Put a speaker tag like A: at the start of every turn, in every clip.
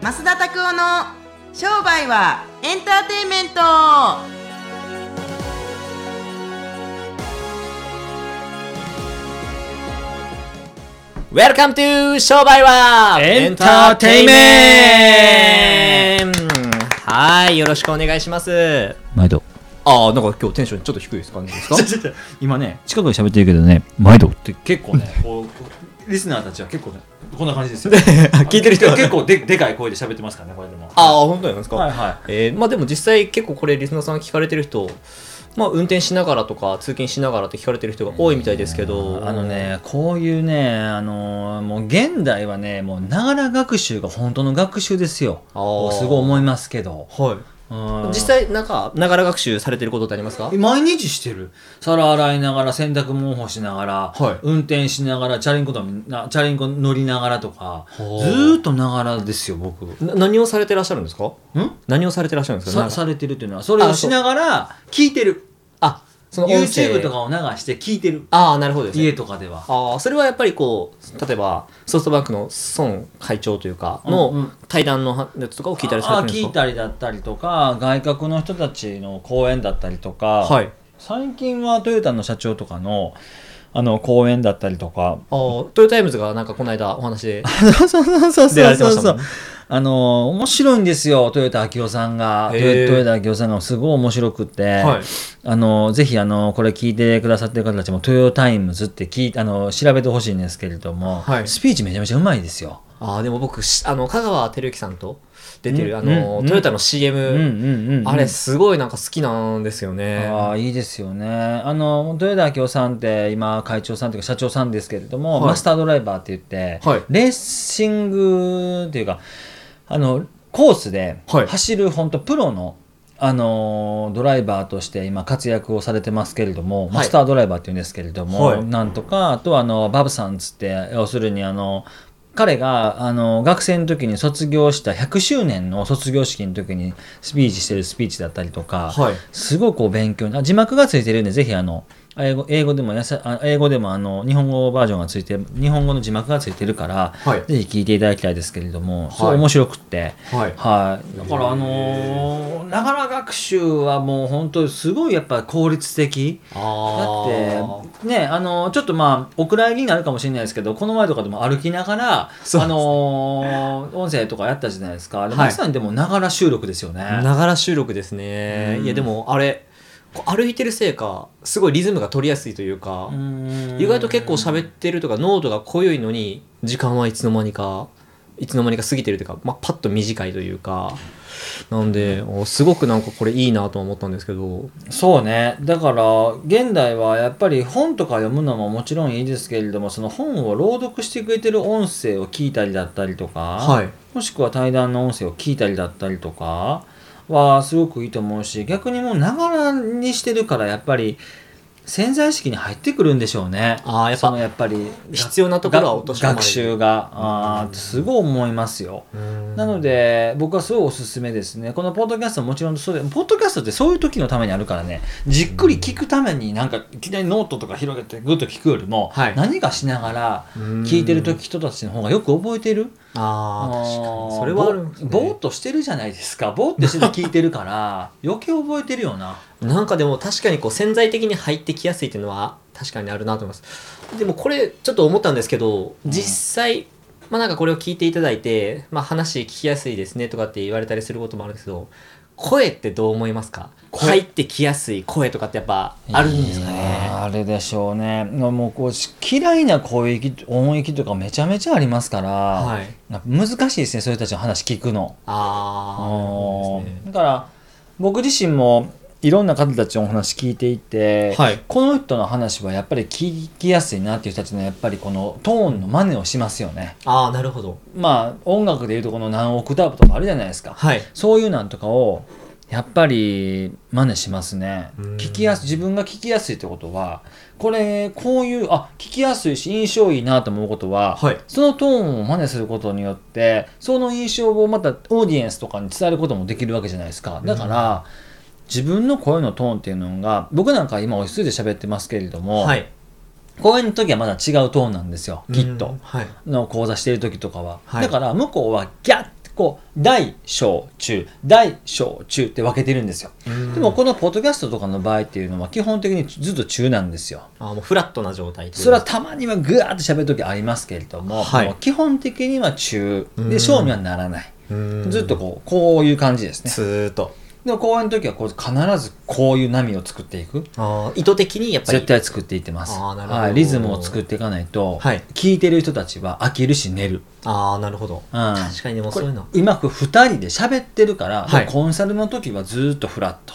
A: 増田拓夫の商売はエンターテインメント
B: ウェルカム to 商売は
C: エンターテイメ
B: ンはい、よろしくお願いします。
C: 毎度
B: ああ、なんか今日テンションちょっと低いです 感じですか
C: 今ね近くで喋ってるけどね毎度って結構ねこうこうリスナーたちは結構ねこんな感じ ですよ
B: 聞いてる人は
C: 結構ででかい声で喋ってますからねこれでも
B: ああ、本当なんですか、
C: はいは
B: えーまあでも実際結構これリスナーさん聞かれてる人、まあ運転しながらとか通勤しながらって聞かれてる人が多いみたいですけど、
C: あのね、こういうね、あのーもう現代はね、もうながら学習が本当の学習ですよ。す
B: あー
C: ごい思いますけど。
B: はい。
C: うん
B: 実際なんか、ながら学習されてることってありますか
C: 毎日してる皿洗いながら洗濯物干しながら、
B: はい
C: 運転しながらチャリンコとなチャリンコ乗りながらとかず
B: ー
C: ーっとながらですよ僕ん
B: な何をされてらっしゃるんですか何をされてらっしゃるんですか
C: さされてるっていうのはそれをしながら聞いてる
B: あ、その音声
C: YouTube とかを流して聞いてる
B: ああ、なるほどですね。
C: 家とかでは
B: ああそれはやっぱりこう例えばソフトバンクの孫会長というか
C: うんう
B: の
C: ん
B: 対談のやつとかを聞いたりされ
C: あ
B: てるんです
C: 聞
B: か
C: いたりだったりとか外国の人たちの講演だったりとか、
B: はい
C: 最近はトヨタの社長とかのあの講演だったりとか
B: あートヨタイムズがなんかこの間お話で
C: そうそうそうそう
B: 出ら
C: そ
B: れてま
C: うそう
B: したもんね
C: あの面白いんですよ豊田昭夫さんがト
B: へー
C: ヨ豊田昭夫さんがすごい面白くって、
B: はい
C: あのぜひあのこれ聞いてくださってる方たちも「トヨタイムズ」って聞いあの調べてほしいんですけれども、
B: はい
C: スピーチめちゃめちゃうまいですよ。
B: あーでも僕しあの香川照之さんと出て
C: うん
B: るあの
C: うん
B: トヨタの CM、
C: うんうんうんうん、
B: あれすごいなんか好きなんですよね
C: ああいいですよね。あの豊田昭夫さんって今会長さんというか社長さんですけれども、
B: はい
C: マスタードライバーって言って、
B: はい
C: レーシングっていうかあのコースで
B: はい
C: 走る本当プロの、あのドライバーとして今活躍をされてますけれども、
B: い
C: マスタードライバーっていうんですけれども、
B: はい
C: なんとかあとはあのバブさんつって要するにあの彼があの学生の時に卒業した100周年の卒業式の時にスピーチしてるスピーチだったりとか、
B: はい
C: すごくお勉強にあ字幕がついてるんで、ぜひあの、英語英語でもやさ、あ英語でもあの、日本語バージョンがついて、日本語の字幕がついてるから、
B: はい
C: ぜひ聞いていただきたいですけれども、
B: い
C: そう面白くって、
B: はい
C: はい。だからあのーながら学習はもう本当すごいやっぱ効率的。だ
B: あー
C: ってねあのちょっとまあお蔵入りになるかもしれないですけどこの前とかでも歩きながら、
B: そう
C: あのー音声とかやったじゃないですか、あ
B: は
C: れ
B: い
C: まさにでもながら収録ですよね
B: ながら収録ですね
C: うん
B: いやでもあれこう歩いてるせいかすごいリズムが取りやすいというか意
C: 意
B: 外と結構
C: っ
B: 喋ってるとか濃度が濃ゆいのに時間はいつの間にかいつの間にか過ぎてるというか、まあ、パッと短いというかなんでおすごくなんかこれいいなとは思ったんですけど
C: そうねだから現代はやっぱり本とか読むのももちろんいいですけれどもその本を朗読してくれてる音声を聞いたりだったりとか、
B: はい
C: もしくは対談の音声を聞いたりだったりとかはすごくいいと思うし逆にもうながらにしてるからやっぱり潜在意識に入ってくるんでしょうね。
B: ああやっ
C: その
B: ぱ
C: やっぱり
B: 必要なところは落とし込まれる
C: 学習があーすごい思いますよ。
B: うん
C: なので僕はすごいおすすめですね。このポッドキャストももちろんそうで、ポッドキャストってそういう時のためにあるからね、じっくり聞くためになんかいきなりノートとか広げてぐっと聞くよりも、
B: はい
C: 何かしながら
B: うん
C: 聞いてる時人たちの方がよく覚えてる。
B: ああ確かに
C: あー
B: それはあるんですね
C: ぼぼーっとしてるじゃないですか。ぼーっとしてて聞いてる から、余計覚えてるよな。
B: なんかでも確かにこう潜在的に入ってきやすいっていうのは確かにあるなと思いますでもこれちょっと思ったんですけど
C: ん
B: 実際、まあなんかこれを聞いていただいて、まあ、話聞きやすいですねとかって言われたりすることもあるんですけど声ってどう思いますか
C: 声
B: 入ってきやすい声とかってやっぱあるんですか
C: い
B: ね
C: やーあれでしょうね。もうこう嫌いな声域、音域とかめちゃめちゃありますから、
B: はい
C: なんか難しいですね、そういう人たちの話聞くの。
B: ああなるほどですね
C: だから僕自身もいろんな方たちのお話聞いていて、
B: はい
C: この人の話はやっぱり聞きやすいなっていう人たちのやっぱりこのトーンの真似をしますよね。
B: ああなるほど
C: まあ音楽でいうとこの何オクターブとかあるじゃないですか。
B: はい
C: そういうなんとかをやっぱり真似しますね
B: うん。
C: 聞きやす自分が聞きやすいってことはこれこういうあ聞きやすいし印象いいなと思うことは、
B: はい
C: そのトーンを真似することによってその印象をまたオーディエンスとかに伝えることもできるわけじゃないですかだから、自分の声のトーンっていうのが僕なんか今お一人で喋ってますけれども、
B: はい
C: 公演の時はまだ違うトーンなんですよきっと。
B: うんはい
C: の講座してる時とかは、
B: はい
C: だから向こうはギャッこう大小中大小中って分けてるんですよでもこのポッドキャストとかの場合っていうのは基本的にずっと中なんですよ
B: あもうフラットな状態という
C: それはたまにはぐわーっと喋る時ありますけれども、
B: はい
C: もう基本的には中
B: う
C: で
B: ん
C: 小にはならない
B: うん
C: ずっとこうこういう感じですね
B: ずーっと
C: でも公演の時はこう必ずこういう波を作っていく
B: あー意図的にやっぱり
C: 絶対作っていってます
B: あーなるほど
C: はい、リズムを作っていかないと、
B: はい
C: 聞いてる人たちは飽きるし寝る、
B: ああなるほど
C: うん
B: 確かにでもそういうの
C: これうまく2人で喋ってるから、
B: はい
C: コンサルの時はずっとフラット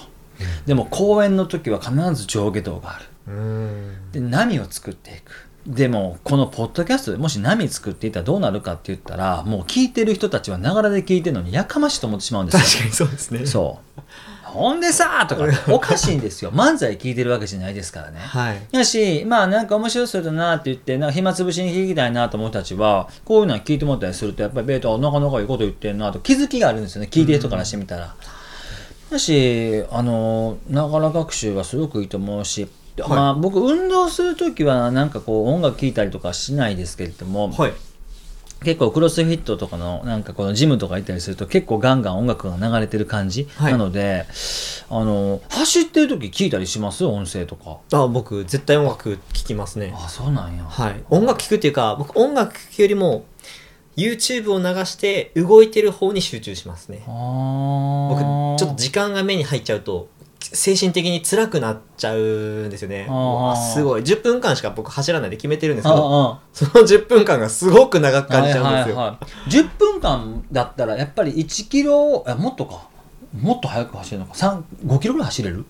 C: でも公演の時は必ず上下動がある
B: うん
C: で波を作っていくでもこのポッドキャストでもし波作っていったらどうなるかって言ったらもう聞いてる人たちはながらで聞いてるのにやかましいと思ってしまうんですよ
B: 確かにそうです ね
C: そうほんでさーとかっておかしいんですよ漫才聞いてるわけじゃないですからね
B: はい
C: やし、まあなんか面白そうだなって言って、なんか暇つぶしに聞きたいなと思う人たちは、こういうのは聞いてもらったりすると、やっぱりベータはなかなかいいこと言ってるなと気づきがあるんですよね、聞いてる人からしてみたら。やし、あの、ながら学習はすごくいいと思うし、
B: い
C: まあ僕運動するときはなんかこう音楽聴いたりとかしないですけれども、
B: はい
C: 結構クロスフィットとかのなんかこのジムとか行ったりすると結構ガンガン音楽が流れてる感じ、
B: はい
C: なので、あの、走ってるとき聞いたりします音声とか。
B: あ僕絶対音楽聴きますね
C: あ、そうなんや。
B: はい音楽聴くっていうか僕音楽聴くよりも YouTube を流して動いてる方に集中しますね僕
C: 僕
B: ちょっと時間が目に入っちゃうと精神的に辛くなっちゃうんですよね
C: あー
B: もうあすごい10分間しか僕走らないで決めてるんですけど
C: あ
B: その10分間がすごく長く
C: あ
B: 感じちゃうんですよ、
C: はいはいはい、10分間だったらやっぱり1キロあもっとかもっと速く走れるのか3 5キロぐらい走れる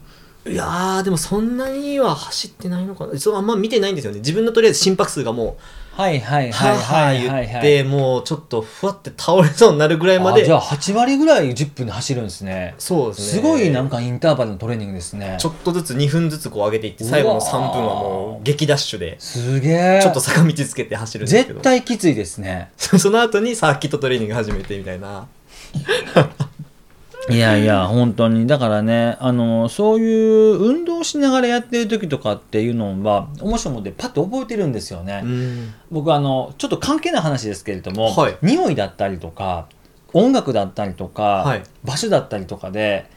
B: いやーでもそんなには走ってないのかなそうあんま見てないんですよね自分のとりあえず心拍数がも
C: はいはいう
B: は
C: はいいは
B: はいい言
C: はい
B: ってもうちょっとふわって倒れそうになるぐらいまで
C: あじゃあ8割ぐらい10分で走るんですね
B: そうですね
C: すごいなんかインターバルのトレーニングですね
B: ちょっとずつ2分ずつこう上げていって最後の
C: うわー
B: 3分はもう激ダッシュです
C: げえ
B: ちょっと坂道つけて走るんですけど
C: 絶対きついですね
B: その後にサーキットトレーニング始めてみたいない
C: やいや本当にだからねあのそういう運動しながらやってる時とかっていうのは面白いもんでパッと覚えてるんですよね、
B: うん
C: 僕あのちょっと関係ない話ですけれども、
B: はい
C: 匂いだったりとか音楽だったりとか、
B: はい
C: 場所だったりとかで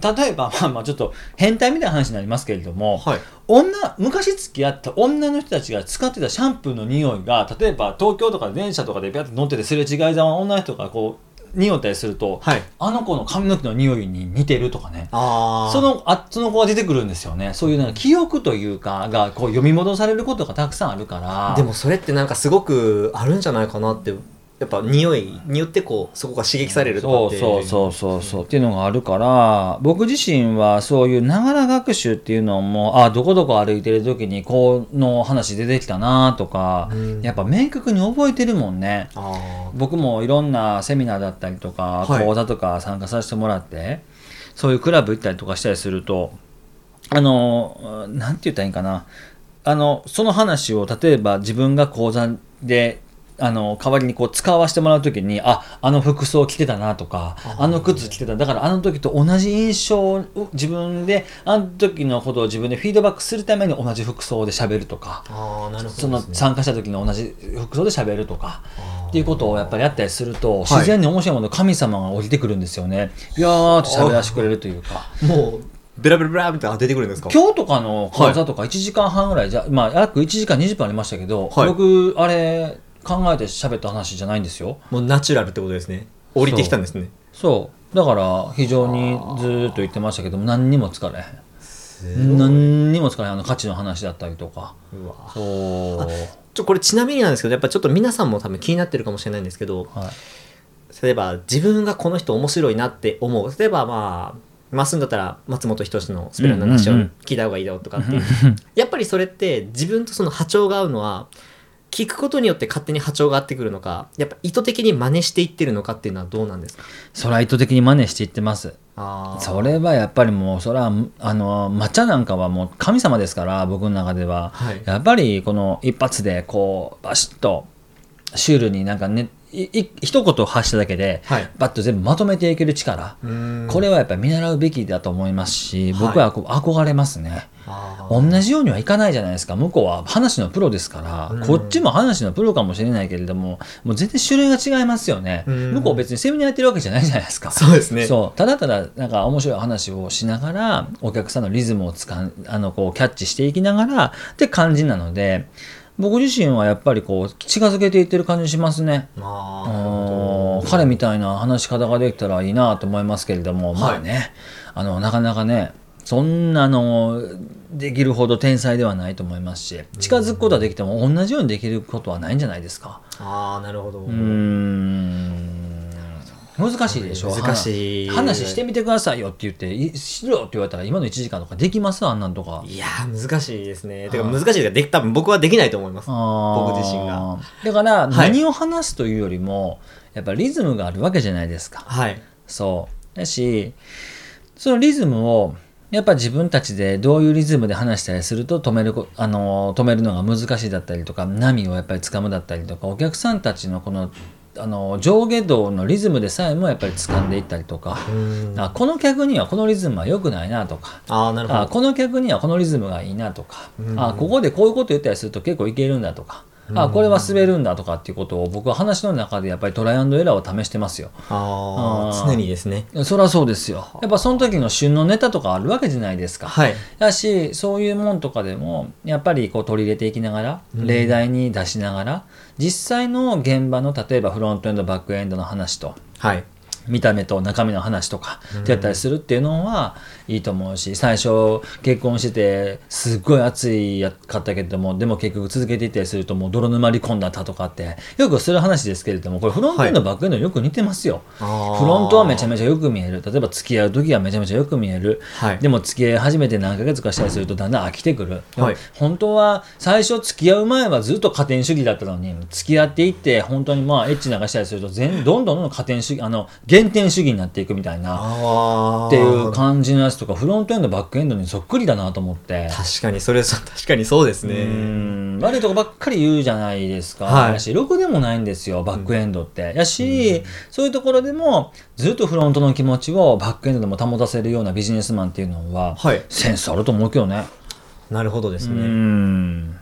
C: た例えば、 まあ、まあちょっと変態みたいな話になりますけれども、
B: はい
C: 女昔付き合った女の人たちが使ってたシャンプーの匂いが例えば東京とか電車とかでピャッと乗っててすれ違いざま女の人がこう匂ったりすると、
B: はい
C: あの子の髪の毛の匂いに似てるとかね
B: ああ
C: そのあその子が出てくるんですよねそういうなんか記憶というかがこう読み戻されることがたくさんあるから
B: でもそれってなんかすごくあるんじゃないかなってやっぱ匂いによってこうそこが刺激されるとか
C: そ
B: っ
C: う
B: て
C: そうそうそうそうっていうのがあるから僕自身はそういうながら学習っていうのもあどこどこ歩いてる時にこの話出てきたなとか、
B: うん
C: やっぱ明確に覚えてるもんね
B: あ
C: 僕もいろんなセミナーだったりとか
B: はい
C: 講座とか参加させてもらって、そういうクラブ行ったりとかしたりするとあのなんて言ったらいいんかなあのその話を例えば自分が講座であの代わりにこう使わせてもらう時にああの服装着てたなとか
B: あー
C: あの靴着てただからあの時と同じ印象を自分であの時のことを自分でフィードバックするために同じ服装で喋るとか
B: あああなるほど
C: その
B: ですね
C: 参加した時の同じ服装で喋るとか
B: あー
C: っていうことをやっぱりやったりすると
B: い
C: 自然に面白いもの神様が降りてくるんですよね。いやーって喋らせてくれるというか
B: もうベラベラベラみたいなのが出てくるんですか
C: 今日とかの講座とか1時間半ぐらいじゃ、まあ約1時間20分ありましたけど、
B: はい
C: 僕あれ考えて喋った話じゃないんですよ。
B: もうナチュラルってことですね降りてきたんですね
C: そうだから非常にずーっと言ってましたけど何にも疲れへん。何にも疲れへんあの価値の話だったりとか。
B: うわ
C: そう。
B: ちょこれちなみになんですけどやっぱちょっと皆さんも多分気になってるかもしれないんですけど
C: はい
B: 例えば自分がこの人面白いなって思う例えばまあマスんだったら松本人志のスペラの話を
C: うんうんうん
B: 聞いた方がいいよとかっていうやっぱりそれって自分とその波長が合うのは聞くことによって勝手に波長が合ってくるのかやっぱ意図的に真似していってるのかっていうのはどうなんですか
C: それは意図的に真似していってます。
B: あー
C: それはやっぱりもうそれはあの抹茶なんかはもう神様ですから僕の中では、
B: はい
C: やっぱりこの一発でこうバシッとシュールになんかねいい一言発しただけで、
B: はい
C: バッと全部まとめていける力、こ
B: れ
C: れはやっぱり見習うべきだと思いますし、
B: はい
C: 僕はこう憧れますね。同じようにはいかないじゃないですか向こうは話のプロですか
B: う
C: ら、
B: ん
C: こっちも話のプロかもしれないけれどももう全然種類が違いますよね、
B: うん
C: 向こう別にセミナーやってるわけじゃないじゃないですか。
B: そうですね
C: そうただただなんか面白い話をしながらお客さんのリズムをつかんあのこうキャッチしていきながらって感じなので僕自身はやっぱりこう近づけていってる感じしますね。
B: あーなる
C: あ
B: ほど
C: ー彼みたいな話し方ができたらいいなと思いますけれども、
B: はい
C: まあねあのなかなかねそんなあのできるほど天才ではないと思いますし近づくことはできても同じようにできることはないんじゃないですか。
B: あーなるほど
C: うーん難しいでしょ
B: 難しい
C: 話話してみてくださいよって言っていしろよって言われたら今の1時間とかできますあんなんとか
B: いやー難しいですねてか
C: はい
B: 難しいですがで多分僕はできないと思います僕
C: 僕
B: 自身が
C: だから
B: はい
C: 何を話すというよりも、やっぱりリズムがあるわけじゃないですか
B: はい
C: そう。だし、そのリズムを、やっぱ自分たちでどういうリズムで話したりすると止めるこ、あの、止めるのが難しいだったりとか、波をやっぱり掴むだったりとか、お客さんたちのこの、あの、上下動のリズムでさえもやっぱり掴んでいったりとか、
B: あ
C: あこの客にはこのリズムは良くないなとか、
B: あーなるほ
C: あ
B: ど
C: この客にはこのリズムがいいなとか、
B: うん
C: あここでこういうこと言ったりすると結構いけるんだとか、あこれは滑るんだとかっていうことを僕は話の中でやっぱりトライアンドエラーを試してますよ。
B: あ
C: あー
B: ー常にですね
C: そりゃそうですよ。やっぱその時の旬のネタとかあるわけじゃないですか。
B: はい
C: だしそういうもんとかでもやっぱりこう取り入れていきながら
B: うん
C: 例題に出しながら実際の現場の例えばフロントエンドバックエンドの話と
B: はい
C: 見た目と中身の話とか
B: うん
C: ってやったりするっていうのはいいと思うし最初結婚しててすっごい熱いやかったけれどもでも結局続けていったりするともう泥沼り込んだったとかってよくする話ですけれどもこれフロントエンドバックエンドよく似てますよ。
B: フ
C: フロントはめちゃ
B: ち
C: めちゃよく見える例えば付き合う時はめちゃめちゃよく見える、
B: ゃはい
C: でも付き合い始めて何ヶ月かしたりするとだんだん飽きてくる、
B: はい
C: 本当は最初付き合う前はずっと加点主義だったのに付き合っていって本当にまあエッチ流したりすると全どんどんどんどん加点主義あの減点主義になっていくみたいな
B: ああ
C: っていう感じのやつとかフロントエンドバックエンドにそっくりだなと思って。
B: 確かにそれそう確かにそうです
C: う
B: ね
C: ん悪いとこばっかり言うじゃないですか、
B: はい
C: やしろくでもないんですよバックエンドって、やし、そういうところでもずっとフロントの気持ちをバックエンドでも保たせるようなビジネスマンっていうのは、
B: はい
C: センスあると思うけどね
B: なるほどです
C: う
B: ね
C: ん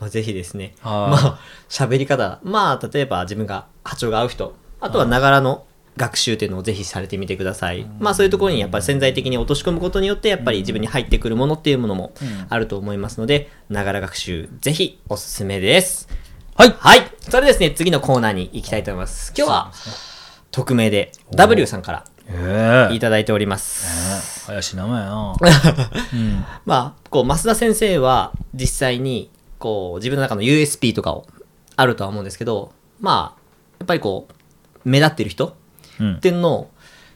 B: まあぜひですね
C: はい
B: まあ喋り方まあ例えば自分が波長が合う人あとはながらの学習っていうのをぜひされてみてくださいまあそういうところにやっぱり潜在的に落とし込むことによってやっぱり自分に入ってくるものっていうものもあると思いますのでながら学習ぜひおすすめです
C: はい
B: はいそれでですね次のコーナーに行きたいと思います今日は匿名で
C: お
B: W さんから
C: ええ
B: いただいております
C: 林名前や な、うん
B: まあ、こう、増田先生は実際に、こう、自分の中の USP とかをあるとは思うんですけど、まあ、やっぱりこう、目立ってる人
C: うん
B: っていうのを、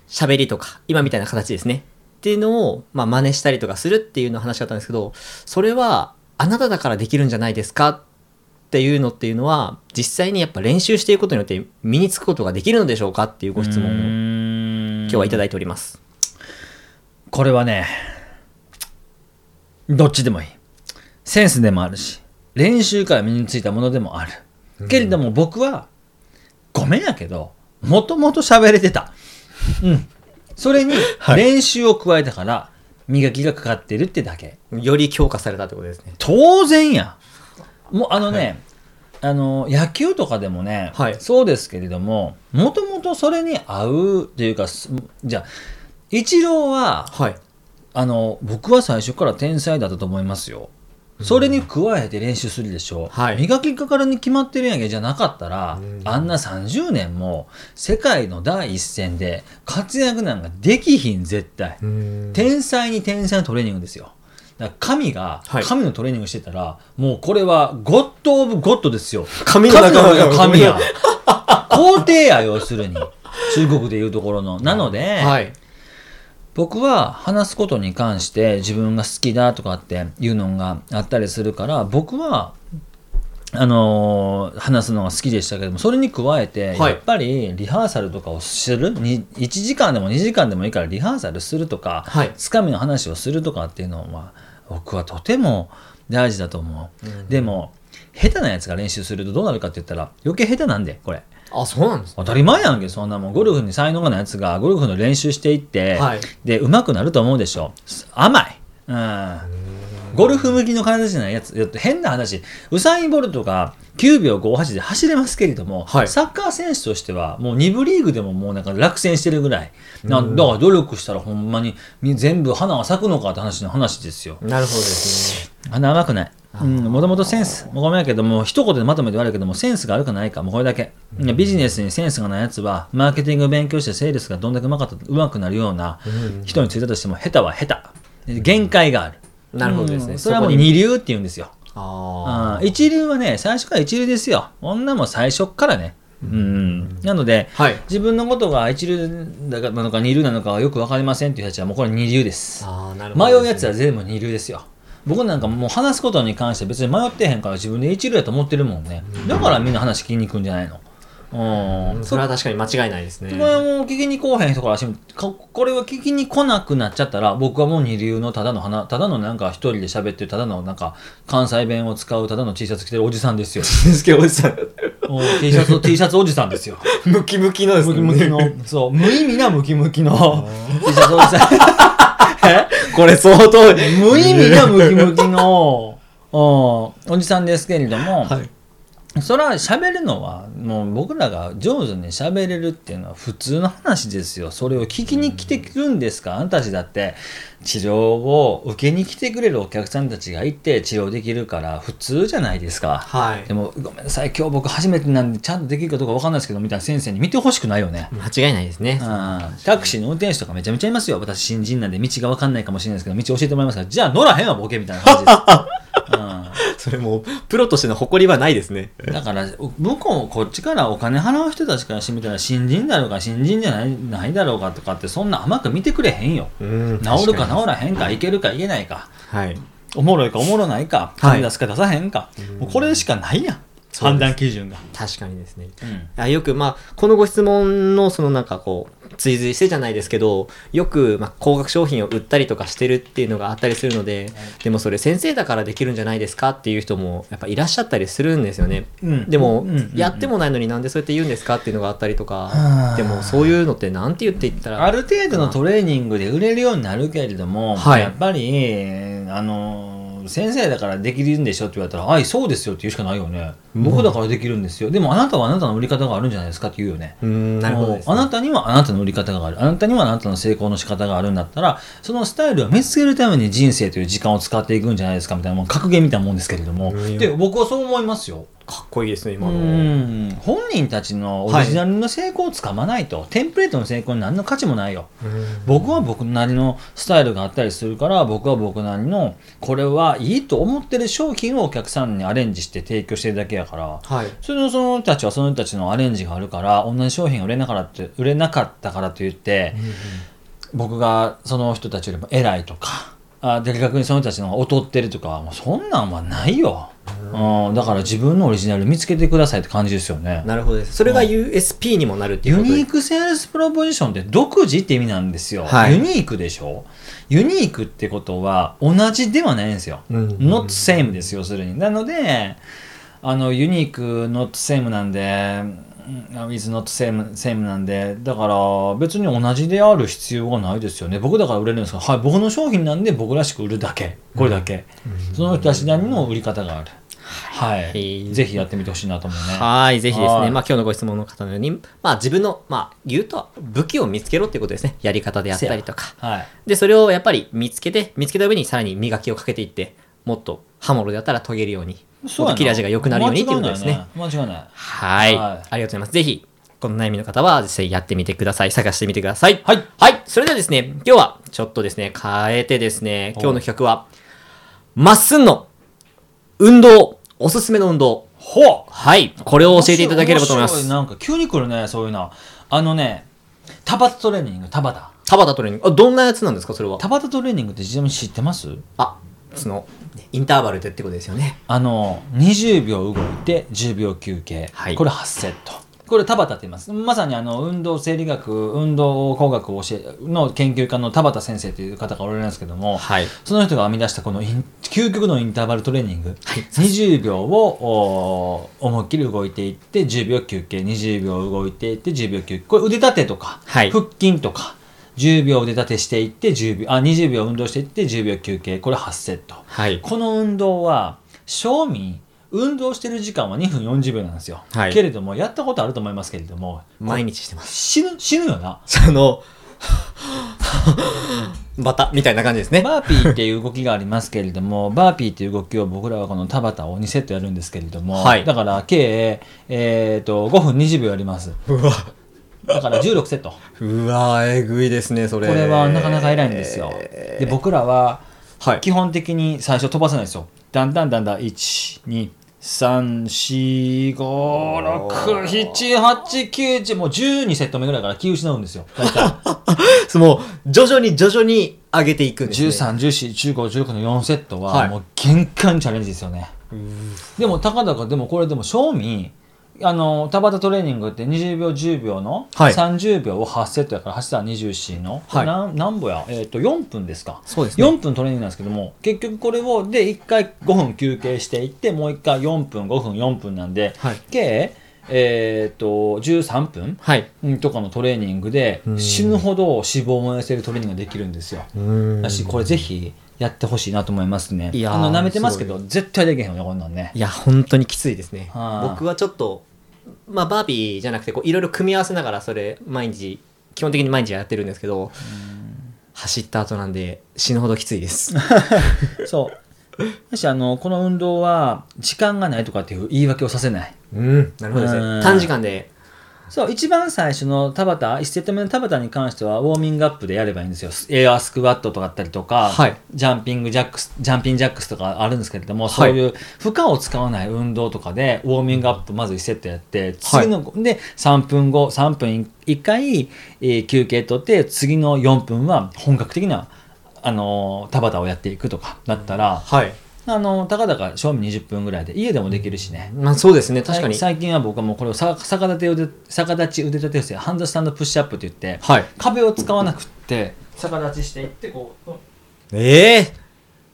B: 喋りとか、今みたいな形ですね。っていうのを、まあ、真似したりとかするっていうのを話し合ったんですけど、それは、あなただからできるんじゃないですかっていうのっていうのは、実際にやっぱ練習していくことによって身につくことができるのでしょうかっていうご質問を今
C: 今
B: 日はいた
C: だ
B: だいております。
C: これはねどっちでもいいセンスでもあるし練習から身についたものでもあるけれども僕はごめんやけどもともと喋れてたうんそれに練習を加えたから磨きがかかってるってだけ、
B: より強化されたってことですね。
C: 当然やもうあのね、あの野球とかでもね、
B: はい
C: そうですけれどももともとそれに合うっていうかすじゃあイチローは
B: はい。
C: あの僕は最初から天才だったと思いますよそれに加えて練習するでしょ、
B: はい
C: 磨きかかるに決まってるやんけじゃなかったら
B: うん
C: あんな30年も世界の第一線で活躍なんかできひん絶対天才に天才のトレーニングですよ。だから神が
B: はい
C: 神のトレーニングしてたら、もうこれはゴッド・オブ・ゴッドですよ。
B: 神の中の
C: 神神や。皇帝や、要するに。中国でいうところの。なので、
B: はい。
C: 僕は話すことに関して自分が好きだとかっていうのがあったりするから僕はあのー話すのが好きでしたけどもそれに加えて
B: はい
C: やっぱりリハーサルとかをする、に1時間でも2時間でもいいからリハーサルするとか、
B: はい
C: つかみの話をするとかっていうのは僕はとても大事だと思う。でも下手なやつが練習するとどうなるかって言ったら余計下手なんでこれ
B: あ、そうなんです
C: 当たり前やんけそんなもんゴルフに才能がないやつがゴルフの練習していって、
B: はい
C: で上手くなると思うでしょ甘い、うん、ゴルフ向きの体じゃないやつだって変な話ウサイン・ボルトが9秒58で走れますけれども、
B: はい
C: サッカー選手としてはもう2部リーグでももうなんか落選してるぐらいなんだから努力したらほんまにみ全部花は咲くのかって話の話ですよ
B: なるほどですね。
C: 鼻甘くない。うん、もともとセンス、もうごめんやけども、一言でまとめて悪いけども、センスがあるかないか、もうこれだけ。ビジネスにセンスがないやつは、マーケティング勉強してセールスがどんだけうまかった、うまくなるような人についたとしても、下手は下手。限界がある。
B: なるほどですね。
C: うんそれはもう
B: こに
C: 二流って言うんですよ。
B: あ
C: あー一流はね、最初から一流ですよ。女も最初っからね。うん。なので、
B: あ。はい。
C: 自分のことが一流だかなのか二流なのかはよくわかりませんっていう人たちは、もうこれ二流です。
B: ああ、なるほど
C: 迷
B: ですね。
C: うやつは全部二流ですよ僕なんかもう話すことに関して別に迷ってへんから自分で一流やと思ってるもんねだからみんな話聞きに行くんじゃないのう
B: うんんそれは確かに間違いない ですね。
C: これはもう聞きに来おへん人からしてもかこれは聞きに来なくなっちゃったら僕はもう二流のただの花ただのなんか一人で喋ってるただのなんか関西弁を使うただの T シャツ着てるおじさんですよ
B: すけおじさん、
C: うん T シャ ツ T シャツおじさんですよ
B: ムキムキのです
C: ム
B: ね。
C: キムキの。そう無意味なムキムキの T シャツおじさん え
B: これ相当
C: 無意味なムキム キのおおじさんですけれども、
B: はい。
C: それは喋るのはもう僕らが上手に喋れるっていうのは普通の話ですよそれを聞きに来てくるんですかあんたたちだって治療を受けに来てくれるお客さんたちがいて治療できるから普通じゃないですか
B: は
C: で
B: い。
C: もごめんなさい今日僕初めてなんでちゃんとできるかどうかわかんないですけどみたいな先生に見てほしくないよね
B: 間違いないですね。
C: うんタクシーの運転手とかめちゃめちゃいますよ。私、新人なんで道が分かんないかもしれないですけど、道教えてもらいますから、じゃあ乗らへんわ、ボケみ たいな感じです。
B: それもう、プロとしての誇りはないですね。
C: うん、だから、向こう、こっちからお金払う人たちからしてみたら、新人だろうか、新人じゃないないだろうかとかって、そんな甘く見てくれへんよ。
B: うん
C: 治るか
B: る
C: 治らへんか、いけるかいけないか、
B: はい。
C: おもろいかおもろないか、
B: はい
C: 金出すか出さへんか、もうこれしかないやん、
B: す
C: 判断基準が。
B: 確かにですね。
C: うん
B: あよく、まあ、このご質問の、そのなんかこう、追随してじゃないですけど、よく、まあ、高額商品を売ったりとかしてるっていうのがあったりするので、でもそれ先生だからできるんじゃないですかっていう人も、やっぱいらっしゃったりするんですよね。
C: うん
B: でも
C: うんうん、
B: やってもないのになんでそうやって言うんですかっていうのがあったりとか
C: はあ、
B: でもそういうのってなんて言っていったら、
C: ある程度のトレーニングで売れるようになるけれども、
B: はい
C: やっぱりあの先生だからできるんでしょって言われたら「はいそうですよ」って言うしかないよね、僕だからできるんですよでもあなたはあなたの売り方があるんじゃないですかって言うよね
B: うーん、なるほどです
C: あ
B: ね。
C: なたにはあなたの売り方があるあなたにはあなたの成功の仕方があるんだったらそのスタイルを見つけるために人生という時間を使っていくんじゃないですかみたいなもう格言みたいなもんですけれども、
B: うん
C: で僕はそう思いますよ
B: かっこいいですね、今
C: う
B: の。
C: ん本人たちのオリジナルの成功をつかまないと、テンプレートの成功に何の価値もないよ僕は僕なりのスタイルがあったりするから僕は僕なりのこれはいいと思ってる商品をお客さんにアレンジして提供してるだけやから
B: はい。
C: それのその人たちはその人たちのアレンジがあるから同じ商品が売れなからって売れなかったからといって、僕がその人たちよりも偉いとかあで逆にその人たちの方が劣ってるとかもうそんなんはないよ、うん、だから自分のオリジナル見つけてくださいって感じですよね
B: なるほどです。それが USP にもなるっていう
C: ユ
B: こと
C: ニ
B: で
C: ークセールスプロポジションって独自って意味なんですよ、
B: はい
C: ユニークでしょユニークってことは同じではないんですよ、
B: うん
C: not same ですよ要するになのであのユニーク not same なんでうん is not same, same なんでだから別に同じである必要がないですよね僕だから売れるんですがはい僕の商品なんで僕らしく売るだけこれだけ、その人たちなりの売り方があるはい、
B: い
C: ぜひやってみてほしいなと思うね
B: はい、ぜひです
C: はい
B: ね、まあ、今日のご質問の方のように、まあ、自分の、まあ、言うと、武器を見つけろっていうことですね。やり方であったりとか。
C: はい
B: で、それをやっぱり見つけて、見つけた上にさらに磨きをかけていって、もっと刃物であったら研げるように、
C: そう
B: もっと切れ味が良くなるようにっていうことですね。
C: 間違いないね。間違いない。
B: はい
C: は
B: あ
C: い
B: りがとうございます。ぜひ、この悩みの方は実際やってみてください。探してみてください。
C: はい。
B: はい。それではですね、今日はちょっとですね、変えてですね、今日の企画は、まっすんの運動、おすすめの運動。
C: ほう
B: はい。これを教えていただければと思いま
C: 面白
B: す。
C: なんか急に来るね、そういうの。あのね、タバタトレーニング、タバタ。
B: 田畑トレーニング。あ、どんなやつなんですか、それは。
C: タバタトレーニングってちなみに知ってます
B: あ、その、インターバルでってことですよね。
C: あの、20秒動いて10秒休憩。
B: はい
C: これ8セット。これ田畑って言いますまさにあの運動生理学運動工学を教えの研究家の田畑先生という方がおられるんですけども、
B: はい。
C: その人が編み出したこのイン究極のインターバルトレーニング、
B: はい
C: 20秒をおー思いっきり動いていって10秒休憩20秒動いていって10秒休憩これ腕立てとか、
B: はい
C: 腹筋とか10秒腕立てしていって10秒あ20秒運動していって10秒休憩これ8セット
B: はい。
C: この運動は正味運動してる時間は2分40秒なんですよ、
B: はい
C: けれどもやったことあると思いますけれども
B: 毎日してます。
C: 死ぬ死ぬよな
B: その、 バタみたいな感じですね。
C: バーピーっていう動きがありますけれど もバーピーっていう動きを僕らはこの田畑を2セットやるんですけれども、
B: はい
C: だから計、えー、と5分20秒やります
B: うわ、
C: だから16セット
B: うわ、えぐいですね、そ
C: こ
B: れ。
C: れはなかなか偉いんですよ、で僕らは
B: はい。
C: 基本的に最初飛ばさないですよだんだんだんだん123456789もう12セット目ぐらいから気失うんですよ大体
B: その、徐々に徐々に上げていくんです、ね。
C: 13141516の4セット
B: は
C: はいもう限界のチャレンジですよね、
B: うん
C: でもたかだかでもこれでも賞味あの田畑トレーニングって20秒10秒の
B: はい
C: 30秒を8セットやから8さん24の、
B: はい
C: なんなんぼや、えー、と4分ですか
B: そうですね
C: 4分トレーニングなんですけども結局これをで1回5分休憩していってもう1回4分5分4分なんで、
B: はい
C: 計、えー、と13分
B: はい。
C: うんとかのトレーニングで
B: うん
C: 死ぬほど脂肪を燃やせるトレーニングができるんですよ。
B: うん
C: だしこれぜひやってほしいなと思いますね。
B: いやー
C: あの舐めてますけど絶対できへんよねこんなんね。
B: いや、本当にきついですね。
C: はい
B: 僕はちょっと、まあ、バービーじゃなくて、こう、いろいろ組み合わせながら、それ、毎日、基本的に毎日やってるんですけど、走った後なんで、死ぬほどきつい です。
C: そう。もしあの、この運動は、時間がないとかっていう言い訳をさせない。
B: うん、なるほどです
C: う
B: ね。
C: ん
B: 短時間で、
C: そう、一番最初の田畑、1セット目の田畑に関しては、ウォーミングアップでやればいいんですよ。エアースクワットとかだったりとか、
B: はい
C: ジャンピングジャックス、ジャンピングジャックスとかあるんですけれども、そういう負荷を使わない運動とかで、ウォーミングアップまず1セットやって、次の、で、3分後、3分1回、えー休憩取って、次の4分は本格的な、あのー田畑をやっていくとかだったら、
B: はい。
C: あのたかだか賞味20分ぐらいで家でもできるしね、
B: まあ、そうですね、確かに。
C: 最近は僕はもうこれをさ逆立て腕逆立ち腕立て伏せハンドスタンドプッシュアップって言って
B: はい。
C: 壁を使わなくって逆立ちしていってこううん
B: ええ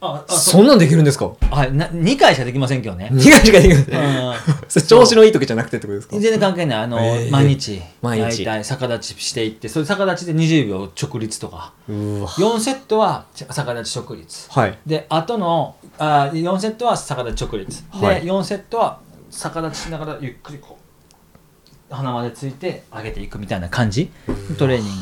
C: ああ
B: そんなんできるんですか
C: はいな2回しかできませんけどね、
B: 苦いしかできるん
C: う
B: で
C: ん
B: すね。調子のいい時じゃなくてってことですか
C: 全然関係ないあの、
B: えー
C: 毎日
B: 毎日
C: 大体逆立ちしていってそれ逆立ちで20秒直立とか
B: うわ。
C: 4セットは逆立ち直立
B: はい。
C: で後のあ4セットは逆立ち直立、
B: はい
C: で4セットは逆立ちしながらゆっくりこう鼻までついて上げていくみたいな感じトレーニング、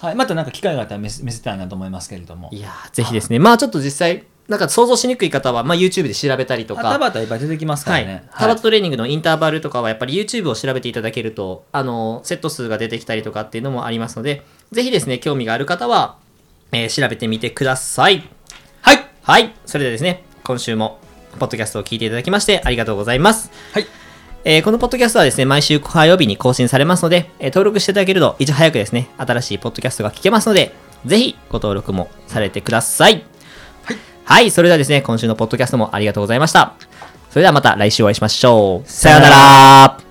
C: はい、またなんか機会があったら見せ見せたいなと思いますけれども
B: いやーぜひですね。まあ、ちょっと実際、なんか想像しにくい方は、まあ、YouTube で調べたりと
C: あ
B: か。
C: 田畑いっぱい出てきますか
B: は
C: ら
B: い
C: ね、、
B: タ
C: は
B: バ
C: い
B: ットレーニングのインターバルとかはやっぱり YouTube を調べていただけるとあのセット数が出てきたりとかっていうのもありますのでぜひですね興味がある方は、えー調べてみてください
C: はい
B: はいそれではですね今週もポッドキャストを聞いていただきましてありがとうございます
C: はい
B: えーこのポッドキャストはですね、毎週火曜日に更新されますので、えー登録していただけると、いち早くですね、新しいポッドキャストが聞けますので、ぜひご登録もされてください。はい。はい、それではですね、今週のポッドキャストもありがとうございました。それではまた来週お会いしましょう。さような
C: さよ
B: ら。